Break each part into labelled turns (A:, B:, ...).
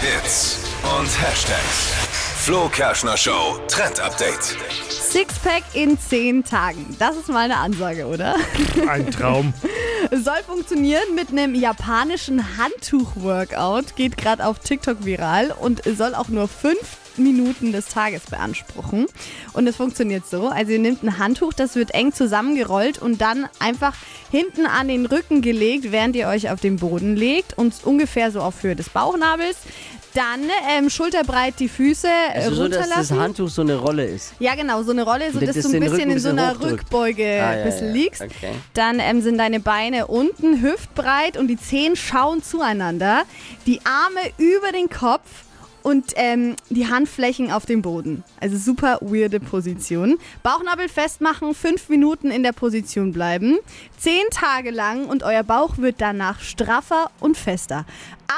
A: Hits und Hashtags. Flo Kerschner Show Trend Update.
B: Sixpack in 10 Tagen. Das ist mal eine Ansage, oder?
C: Ein Traum.
B: Soll funktionieren mit einem japanischen Handtuch-Workout. Geht gerade auf TikTok viral und soll auch nur fünf Minuten des Tages beanspruchen. Und es funktioniert so. Also ihr nehmt ein Handtuch, das wird eng zusammengerollt und dann einfach hinten an den Rücken gelegt, während ihr euch auf den Boden legt und ungefähr so auf Höhe des Bauchnabels. Dann ähm, schulterbreit die Füße äh,
D: Also so, dass
B: runterlassen.
D: das Handtuch so eine Rolle ist.
B: Ja, genau, so eine Rolle, so
D: Und
B: dass
D: das
B: du ein
D: den
B: bisschen
D: Rücken
B: in so
D: ein bisschen
B: einer
D: hochdrückt.
B: Rückbeuge
D: Ah,
B: ein
D: ja,
B: bisschen
D: ja.
B: liegst.
D: Okay.
B: Dann ähm, sind deine Beine unten hüftbreit und die Zehen schauen zueinander, die Arme über den Kopf und ähm, die Handflächen auf dem Boden. Also super weirde Position. Bauchnabel festmachen, fünf Minuten in der Position bleiben, zehn Tage lang und euer Bauch wird danach straffer und fester.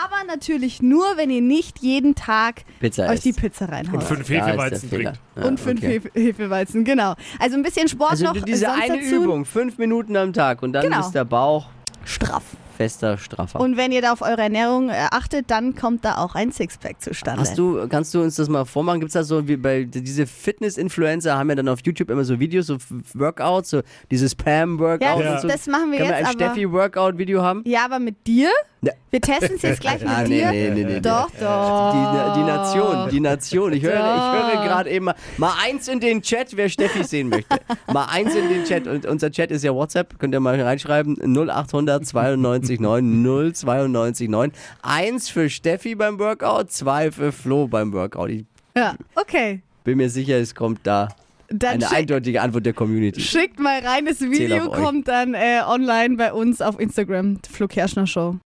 B: Aber natürlich nur, wenn ihr nicht jeden Tag
D: Pizza
B: euch
D: isst.
B: die Pizza reinhaut.
C: Und fünf
D: Da ist der
C: Hefeweizen
D: Fehler.
C: trinkt.
D: Ja,
B: Und fünf
D: Ah, okay.
B: Hefe Hefeweizen, genau. Also ein bisschen Sport
D: Also
B: noch.
D: du- diese
B: sonst
D: eine
B: dazu.
D: Übung, fünf Minuten am Tag und dann
B: Genau.
D: ist der Bauch
B: Straff.
D: fester, straffer.
B: Und wenn ihr da auf eure Ernährung äh, achtet, dann kommt da auch ein Sixpack zustande.
D: Hast du, kannst du uns das mal vormachen? Gibt es da so, wie bei diese Fitness-Influencer haben ja dann auf YouTube immer so Videos, so F- Workouts, so dieses Pam-Workout
B: ja,
D: und
B: das,
D: so.
B: das machen wir
D: Können wir
B: jetzt
D: ein
B: aber.
D: Steffi-Workout-Video haben?
B: ja, aber mit dir?
D: Ja.
B: Wir testen es jetzt gleich mit
D: Ah, nee,
B: dir.
D: nee, nee, nee, nee.
B: doch,
D: Die,
B: doch.
D: die Nation, die Nation. Ich höre, ich höre
B: Ja.
D: gerade eben mal, mal eins in den Chat, wer Steffi sehen möchte. Mal eins in den Chat. Und unser Chat ist ja WhatsApp, könnt ihr mal reinschreiben. 0800 92 9 092 9. Eins für Steffi beim Workout, zwei für Flo beim Workout. Ich
B: Ja, okay.
D: bin mir sicher, es kommt da
B: Dann
D: eine
B: schick,
D: eindeutige Antwort der Community.
B: schickt mal rein. Das
D: Zähl
B: Video
D: auf euch.
B: kommt dann äh, online bei uns auf Instagram. Flo Kerschner Show.